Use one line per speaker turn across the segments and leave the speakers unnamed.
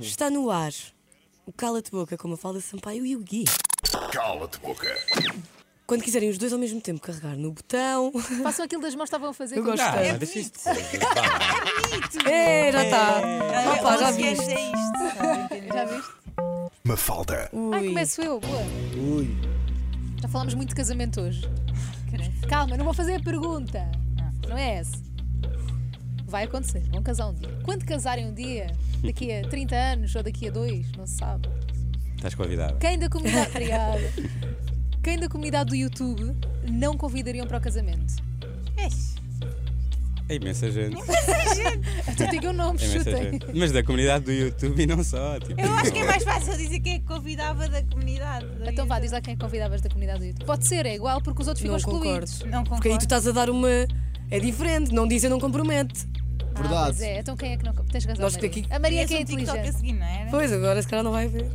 Está no ar o Cala-te Boca com a Falda Sampaio e o Gui.
Cala-te boca.
Quando quiserem os dois ao mesmo tempo carregar no botão.
Façam aquilo das mãos que estavam a fazer.
Eu
com-
gosto.
Ah,
É
Ah, mas isto. Vá.
É, já está. Opa, já
Onze
vi.
anos é isto.
Já viste?
Mafalda.
Ai,
Ui.
começo eu. Boa.
Ui.
Já falámos muito de casamento hoje. Calma, não vou fazer a pergunta. Não é essa. Vai acontecer, vão casar um dia. Quando casarem um dia, daqui a 30 anos ou daqui a dois, não se sabe.
Estás convidada.
Quem da comunidade. Obrigada. Quem da comunidade do YouTube não convidariam para o casamento?
É imensa gente.
Até digam nomes,
É imensa
chutem.
gente. Mas da comunidade do YouTube e não só. Tipo,
Eu acho que é mais fácil dizer quem é que convidava da comunidade. do
Então vá,
YouTube.
diz lá quem convidavas da comunidade do YouTube. Pode ser, é igual, porque os outros ficam
Não concordo.
excluídos.
Não concordo.
Porque aí tu estás a dar uma. É diferente, não diz e não compromete.
Verdade. Ah, pois é, então quem é que não. Tens razão.
Nós
Maria.
que aqui-
A Maria é
Tinhas
que é
um TikTok a
inteligente.
seguir, não era?
Pois agora esse cara não vai ver.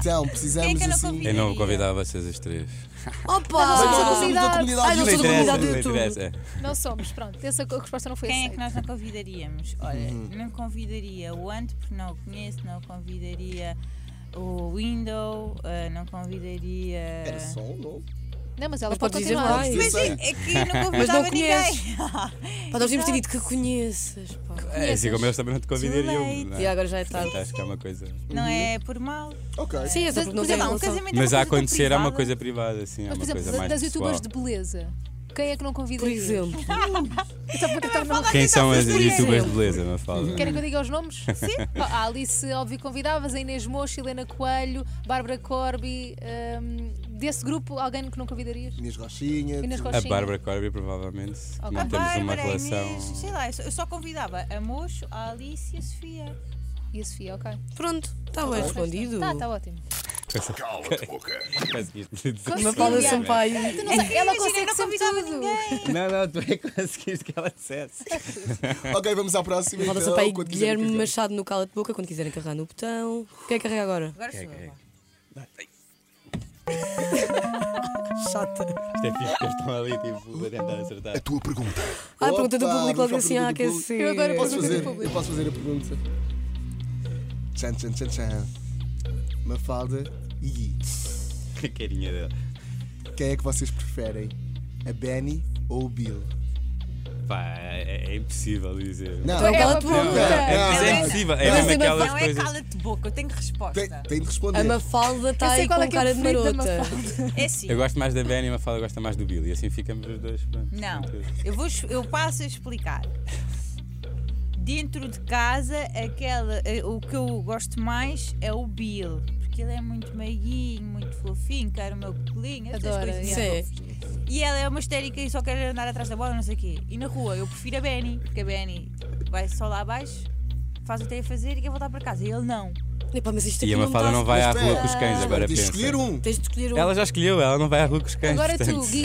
Então,
Quem é
precisamos
que eu não
assim.
eu não
convidaria?
convidava vocês as três.
Mas
Opa!
Ah, não somos da comunidade.
Ai, não sou da
interessa,
comunidade do
não
YouTube.
interessa. É,
Não somos, pronto. Essa co- resposta não foi
Quem é
aceita.
que nós não convidaríamos? Olha,
Uhum.
não convidaria o Ant, porque não o conheço, não convidaria o Window, ah, não convidaria.
Era só um novo.
Não, mas ela
Mas
pode
podes dizer
continuar.
mais.
Mas é, é que eu não
Mas não
convidava
conheces.
ninguém.
Pá, nós devíamos ter dito que conheças. Pá.
É, assim como eles também não te convidariam.
late.
não é?
E agora já é tarde.
Portanto, acho que é uma coisa.
Não é
Uhum.
por mal.
Ok.
Sim, é só porque
Mas, por
não tem
exemplo,
um
relação.
Mas
casamento é
a
uma coisa tão
acontecer é uma
privada.
coisa privada, assim. É
Mas,
uma
por exemplo,
coisa
da-
mais
das youtubers de
pessoal.
beleza, quem é que não
Por
convidaria?
exemplo.
Então, porque estava no-
Quem são as
é
fazer
youtubers
isso.
de beleza, Mafalda?
Querem que eu diga os nomes? Sim. A Alice, óbvio, convidavas, a Inês Mocho, Helena Coelho, Bárbara Corby. hum, desse grupo, alguém que não convidarias?
Minhas rochinhas.
Inês
A
Coxinha.
Bárbara Corby, provavelmente. que
Ok.
Não
A
temos uma
Bárbara, é a
relação.
Inês, sei lá, eu só- eu só convidava a Mocho, a Alice e a Sofia.
E a Sofia, ok.
Pronto, está bem respondido.
Tá, tá ótimo.
Cala-te boca.
Conseguiste dizer
Uma
Consegui,
Paula
Ana.
Sampaio.
Tu não sei- ela
Imagina, eu
consegue
não
sempre
convidava
tudo.
ninguém.
Não, não, tu é que conseguiste que ela dissesse.
Ok, vamos à próxima.
Roda
então,
Sampaio e
quando quiserem
Guilherme
carregar.
Machado no cala de boca quando quiserem carregar no botão. Quem é que é? carrega agora?
Agora sou eu,
ok.
vá.
Chata.
Isto é fixe que eles estão ali, tipo, a tentar acertar.
A tua pergunta.
Ah, a pergunta do
Opa,
público logo
vamos
assim
para
a
a pergunta do público.
aquecer.
Eu adoro a
Posso
É. pergunta do
fazer?
público.
Eu posso fazer a pergunta. Tchan, tchan, tchan, tchan. Mafalda e Gui.
A carinha dela.
Quem é que vocês preferem? A Benny ou o Bill?
Pá, é, é impossível dizer.
Não,
Então
É
cala
uma
a
Não,
pergunta.
boca.
é, mas é
Não,
impossível.
não,
É mesmo
não, não,
aquelas
Não é
coisas.
cala-te boca, eu tenho resposta.
tem,
Tá.
tem de responder.
A Mafalda
Eu
está
sei
Tá aí
qual
com um
é que é o
cara de
preferido da
marota.
Mafalda.
É assim.
Eu gosto mais da Benny e a Mafalda gosta mais do Billy. Assim ficamos os dois. Pronto,
Não,
tranquilos.
eu, vou, es- eu passo a explicar. Dentro de casa, aquela, eh, o que eu gosto mais é o Bill, porque ele é muito meiguinho, muito fofinho, quer o meu colinho, essas
Adoro,
coisinhas.
Sim.
E ela é uma histérica e só quer andar atrás da bola, não sei o quê. E na rua, eu prefiro a Benny, porque a Benny vai só lá abaixo, faz o que tem a fazer e quer voltar para casa. E ele não.
Epá, mas isto aqui
E a
não
Mafalda
tá-
não vai à
Mas
rua
espera,
com os cães, agora
Tens de
pensa.
escolher um.
Tens de escolher um.
Ela já escolheu, ela não vai à rua com os cães.
Agora tu,
portanto.
Gui,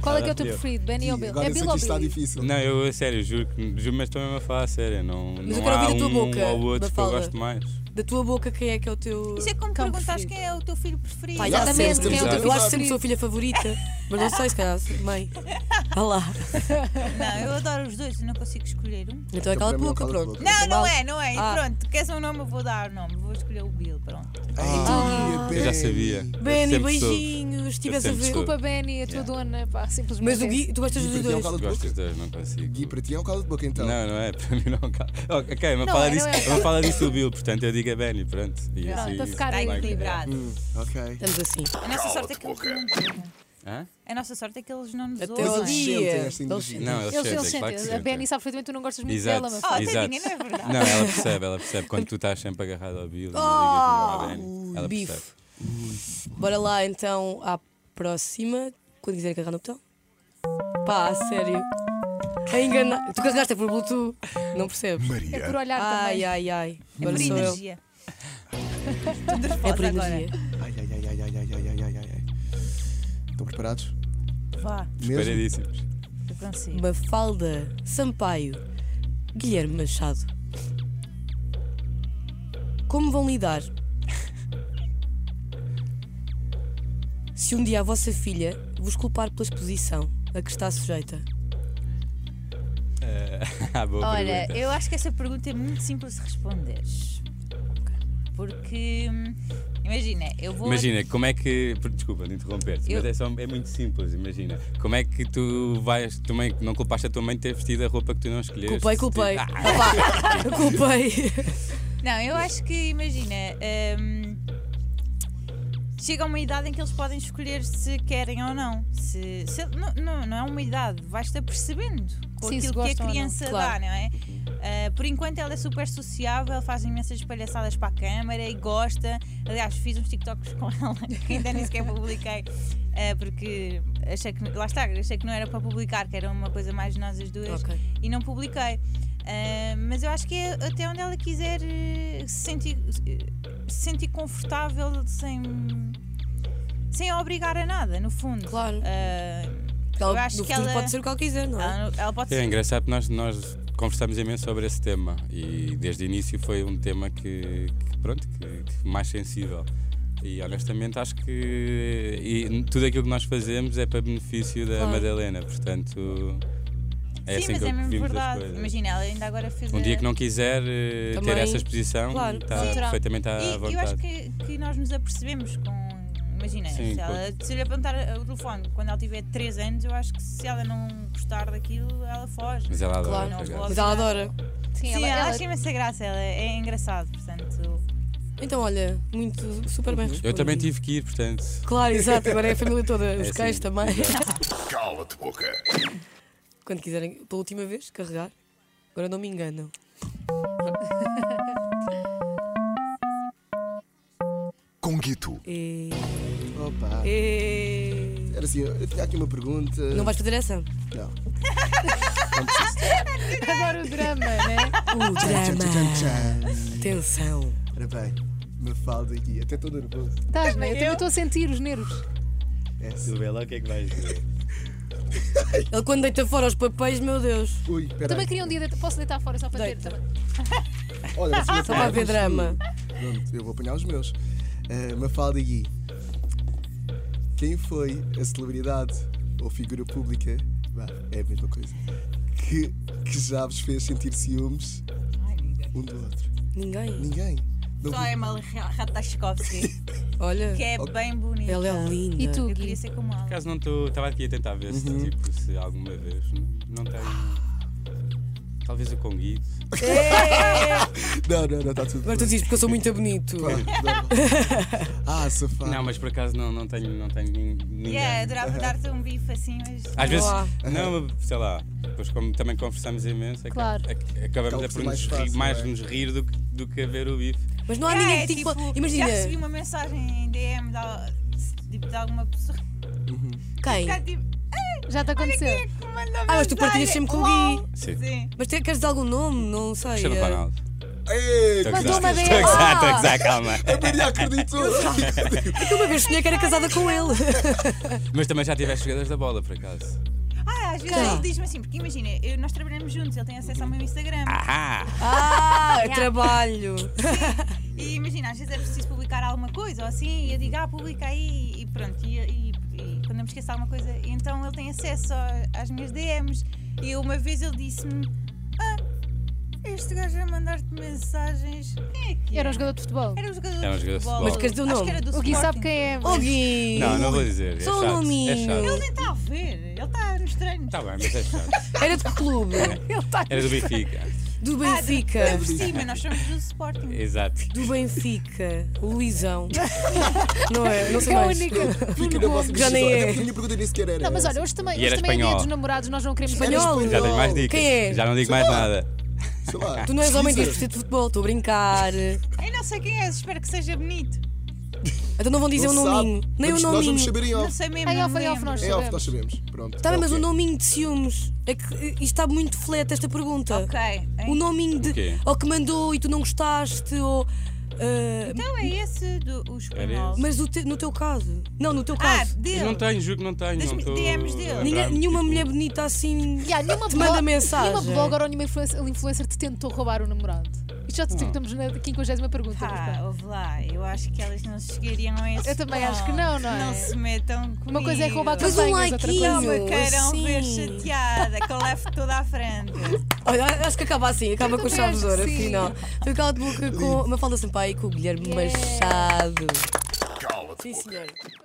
qual é que é o teu
Agora eu.
preferido, Benny ou Bill?
Agora
É
isso
Bill
aqui
ou
está
Bill?
difícil.
Não, eu a sério, juro que juro, mas estou mesmo a falar a sério. Não,
Mas eu
não
quero
há
ouvir a tua
um
boca,
ou outro que eu
Mafalda.
gosto mais.
Da tua boca, quem é que é o teu.
Isso é como
Cão
perguntares
preferido.
quem é o teu filho preferido.
Pá,
Já
exatamente,
sei,
quem é o teu...
exato.
Eu acho que sempre sou a filha favorita. Mas não sei, se calhar, sou mãe. Vá lá.
Não, eu adoro os dois, eu não consigo escolher um.
Então é
Então,
cala a
para mim é o
boca,
cala-te
pronto.
boca.
Não, não
mal.
é, não é. E
Ah.
Pronto, queres um nome, eu vou dar o nome. Vou escolher o Bill, pronto.
Ah,
Eu já sabia.
Benny,
Sempre soube.
beijinhos, estivesse a
sempre
ver.
soube.
Desculpa, Benny, a tua dona, pá, simplesmente.
Mas o Gui, tu gostas
E
dos
para ti é um
dois.
cala de
Gosto
boca?
dos dois, não consigo.
Gui, para ti é um cala de boca então.
Não, não é, para mim não cabe. Ok, ok, uma
Não
fala
é, não
disso,
é.
uma fala disso o Bill, portanto eu digo a Benny, pronto. E
Pronto,
assim-
para ficar
Está
bem
Tá equilibrado.
Hum, Ok.
Estamos assim.
A nossa sorte é que
Cala-te
eles não nos ouvem.
Hã?
A nossa sorte é que eles não nos
Até
ouvem.
ao
Eles
dia.
sentem esta
Eles
energia.
Não, eles
Eles, eles
sentem, claro
sentem.
que
A
sentem.
Benny sabe perfeitamente que tu não gostas muito
Exato,
dela,
Ah,
mas.
Oh,
exato.
tadinha, não é verdade.
Não, ela percebe, ela percebe. Quando tu estás sempre agarrado ao Bill,
Oh,
não ligas nenhuma à Benny. Ela percebe.
Bife. Bora lá então à próxima. Quando quiserem carregar no botão. Pá, a sério. A enganar. Tu carregaste é por Bluetooth. Não percebes?
É por
Maria.
olhar
Ai,
também.
ai, ai.
Por
Agora sou eu.
energia.
É por
Nervosa agora.
energia.
Ai, ai, ai, ai, ai, ai, ai, ai, ai, ai, ai. Estão preparados?
Vá,
Mesmo?
Paradíssimos.
eu consigo.
Mafalda Sampaio. Guilherme Machado. Como vão lidar? Se um dia a vossa filha vos culpar pela exposição a que está sujeita.
Eh, Ah, boa
Olha,
pergunta.
eu acho que essa pergunta é muito simples de responder. Porque, hum, imagina, eu vou.
Imagina, como é que. Desculpa de interromper-te,
Eu-
mas é, só- é muito simples. Imagina, como é que tu vais. Tu mãe, não culpaste a tua mãe de ter vestido a roupa que tu não escolheste?
Culpei, culpei.
Ah,
Opa, culpei.
Não, eu acho que, imagina. hum, Chega a uma idade em que eles podem escolher se querem ou não. Se, se- não, não, não é uma idade, vais-te percebendo com
Sim, se
aquilo que a
gostam ou não.
criança dá,
Claro.
não é? Ah, por enquanto ela é super sociável, faz imensas palhaçadas para a câmara e gosta. Aliás, fiz uns TikToks com ela que ainda nem sequer publiquei. ah, porque achei que lá está, achei que não era para publicar, que era uma coisa mais de nós as duas
Ok.
e não publiquei. Ah, mas eu acho que é até onde ela quiser eh, se sentir, eh, se sentir confortável sem, sem a obrigar a nada, no fundo.
Claro.
Ah,
Porque
eu
ela,
acho
no
que
futuro
ela- Ah,
pode ser o que ela quiser, não é?
ela, ela pode
É
ser
engraçado que nós, nós conversamos imenso sobre esse tema e desde o início foi um tema que, que, pronto, que, que mais sensível. E honestamente acho que e tudo aquilo que nós fazemos é para benefício da
Claro.
Madalena, portanto é assim
Sim, mas
que
é mesmo
vimos as
verdade.
coisas.
Imagina, ela ainda agora fez
Um
a-
dia que não quiser eh,
Também-
ter essa exposição,
Claro,
está
sim.
perfeitamente à
E
vontade.
eu acho que, que nós nos apercebemos com. Imagina,
Sim,
se, ela, se lhe apontar o telefone quando ela tiver 3 anos, eu acho que se ela não gostar daquilo, ela foge.
Mas ela adora
Claro.
por acaso.
Mas ela adora.
Sim,
Sim,
ela,
ela, ela-
acha imensa graça, ela é engraçado, portanto.
Então, olha, muito super bem respondido.
Eu também tive que ir, portanto.
Claro, exato, agora é a família toda,
é
os cães
assim,
também.
exato.
Cala-te boca.
Quando quiserem, pela última vez, carregar. Agora não me enganam.
Conguito.
E...
Opa.
E...
Era assim, eu tinha aqui uma pergunta.
Não vais fazer essa?
Não.
Agora o drama, né?
O
Tchan, tchan, tchan,
drama.
tchan.
Atenção.
Ora bem, me falda aqui. Até estou nervoso.
Estás, né? Eu também estou a sentir os nervos.
É.
Tu vê lá o que é que vais dizer.
Ele quando deita fora os papéis, meu Deus.
Ui, peraí.
Também queria um dia deitar. Posso deitar fora só para ter
Deita.
também.
Olha, mas
Só para haver drama.
Pronto, eu vou apanhar os meus. Ah, Mafalda Gui, quem foi a celebridade ou figura pública? vá, é a mesma coisa. Que, que já vos fez sentir ciúmes um do outro?
Ninguém.
Ninguém. Não
Só é mal Ratashkovsky,
Olha,
que é bem bonita.
ela é linda.
E tu,
Eu
Gui?
queria ser como ela.
Por acaso não estou. Estava aqui a tentar ver se,
Uhum.
tipo, se alguma vez. Não, não tenho. eh, Talvez o Conguito.
Não, não, não, está tudo
Agora tu dizes porque eu sou muito bonito.
bem. Não, não. Ah, safado.
Não, mas por acaso não, não tenho, não tenho nin- ninguém.
Yeah, adorava dar-te um bife assim, mas.
Às vezes.
Olá.
Não, sei lá. Depois, como também conversamos imenso, é ac-
Claro.
ac-
Acaba
acabamos a
por
por
ser
nos
mais
mais,
fácil,
rir, mais
não é?
nos rir do que, do que a ver o bife.
Mas não há
Yeah,
ninguém
é
que tipo.
tipo,
Imagina.
Já recebi uma mensagem em DM de, al- tipo, de alguma pessoa.
Quem?
Ficar tipo. "Ei,
Já te
olha quem
aconteceu?
é que me mandou
Ah, mas tu
mensagem?
partilhas sempre com o
Uau."
Gui.
Sim.
Sim.
Mas tu queres dizer algum nome? Não sei.
Cristiano
eh,
Ronaldo.
Ei,
Estou a
Mandou
gozar,
uma
estou a
vez.
gozar, estou a gozar, calma.
Maria acreditou!
Eu uma vez sonhei que era casada com ele.
Mas também já tiveste jogadas da bola, por acaso.
Ah, às vezes
Quem?
ele diz-me assim, porque imagina, eu- nós trabalhamos juntos, ele tem acesso ao meu Instagram.
Ah!
Ah, trabalho.
E imagina, às vezes é preciso publicar alguma coisa ou assim, e eu digo, ah, publica aí e pronto. E, e- e quando eu me esqueço de alguma coisa, então ele tem acesso a- às minhas DMs. E uma vez ele disse-me, ah, este gajo vai mandar-te mensagens. Quem é que
Era um
é?
jogador de futebol.
Era um jogador
Era um jogador
de
de
futebol.
futebol. Mas
queres dizer o
Acho
nome?
que era do
O Gui sabe
Sporting.
quem é.
Oh,
mas-
Gui.
Não, não vou dizer. É
Só um
chato, é
nominho.
chato.
Ele nem está a ver, ele está nos treinos.
Está bem, mas é chato.
Era de que clube?
Ele está.
Era do Benfica.
Do
Ah, de-
Benfica.
Por cima, nós somos do Sporting.
Exato.
Do Benfica. O Luizão. Não é? Não sei
É a
mais.
única.
Fica na vossa
Já nem
decisão.
é.
Até porque a minha pergunta nem sequer era.
Não, mas
essa.
olha, hoje também,
E
hoje
era
também é dia
espanhol.
dos namorados, nós não queremos saber.
Espanhol.
Já tenho mais dicas.
Quem é?
Já não digo mais nada.
Sei lá.
Tu não és homem que és
Pesquisa.
vestido de futebol, estou a brincar.
Eu não sei quem é, espero que seja bonito.
Então não vão dizer o
Não sabe.
nominho. Nem o
Vamos- Nós vamos
nominho.
saber em
Não
off.
sei mesmo.
Em
não
off,
me
em off
lembro.
nós
Em off nós
sabemos.
sabemos. Pronto. É
Está Tá bem, mas
ok.
o nominho de ciúmes. É que eh, isto está muito flete esta pergunta.
Ok. então
O nominho de.
O quê?
Ou que mandou e tu não gostaste, ou. eh,
Então é esse do o espanhol.
esse.
mas do te- no teu caso. Não, no teu
Ah,
caso.
dele.
Eu não tenho, juro que não tenho.
Das
não
mi-
tô
DMs dele.
a
Ninguém-
lembrar-me,
nenhuma
tipo,
mulher bonita assim.
Yeah, nenhuma
Te manda
blo-
mensagem.
Nenhuma blogger ou nenhuma influencer, influencer te tentou roubar o namorado. Isto já tipo, estamos na 50 pergunta. mas
Pá,
pronto.
ouve lá, eu acho que elas não chegariam a esse
Eu também acho que
ponto.
não, não é?
Não se metam comigo.
Uma coisa é roubar
Mas um
campanhas, outra coisa
Não
likeinho.
é-
me queiram
Assim.
ver chateada, que eu levo toda à frente.
Olha, acho que acaba assim, acaba com o
também
Chaves de
acho
Ouro,
que sim.
afinal. Foi o Cala de Boca com uma falda Sampaio e com o Guilherme Machado. Sim,
Cala-te
senhor.